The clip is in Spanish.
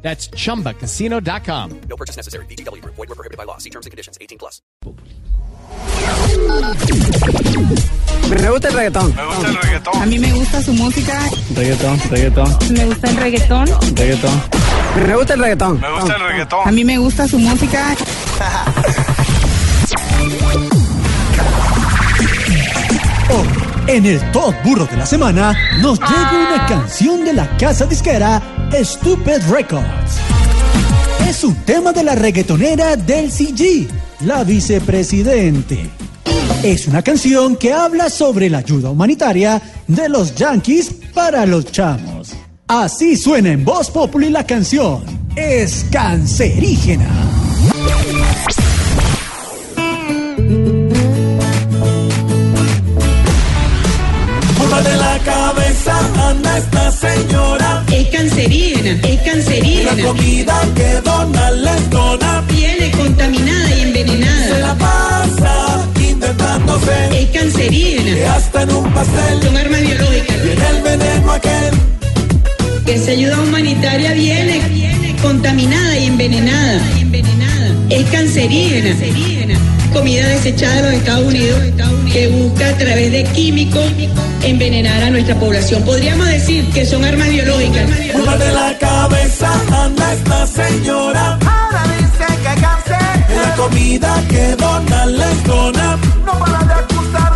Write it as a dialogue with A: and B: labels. A: That's chumbacasino.com.
B: No purchase necessary. BGW. Void were prohibited by law. See terms and conditions. 18 plus.
C: Me gusta el reggaetón.
D: Me gusta el reggaetón.
E: A mí me gusta su música,
F: Reggaetón, reggaetón,
E: me gusta el reggaetón.
F: reggaetón.
C: Me gusta el reggaetón.
D: Me gusta el
E: A
D: reggaetón.
E: mí me gusta su música.
G: En el Top Burro de la Semana nos llega una canción de la casa disquera Stupid Records. Es un tema de la reggaetonera del CG, la vicepresidente. Es una canción que habla sobre la ayuda humanitaria de los yanquis para los chamos. Así suena en voz popular la canción. Es cancerígena.
H: de la cabeza anda esta señora.
I: Es cancerígena, es
H: La
I: cancerígena.
H: comida que dona les dona.
I: Viene contaminada y
H: Se
I: envenenada.
H: la pasa intentándose
I: Es
H: que
I: cancerígena.
H: hasta en un pastel
I: Son armas biológicas.
H: tiene el veneno aquel.
I: Que esa ayuda humanitaria viene, viene contaminada y envenenada. Es cancerígena. Comida desechada de los Estados Unidos que busca a través de químicos envenenar a nuestra población. Podríamos decir que son armas biológicas.
H: Una de la cabeza anda esta señora.
J: Ahora dicen que cáncer
H: La comida que dona les dona.
J: no para de acusar.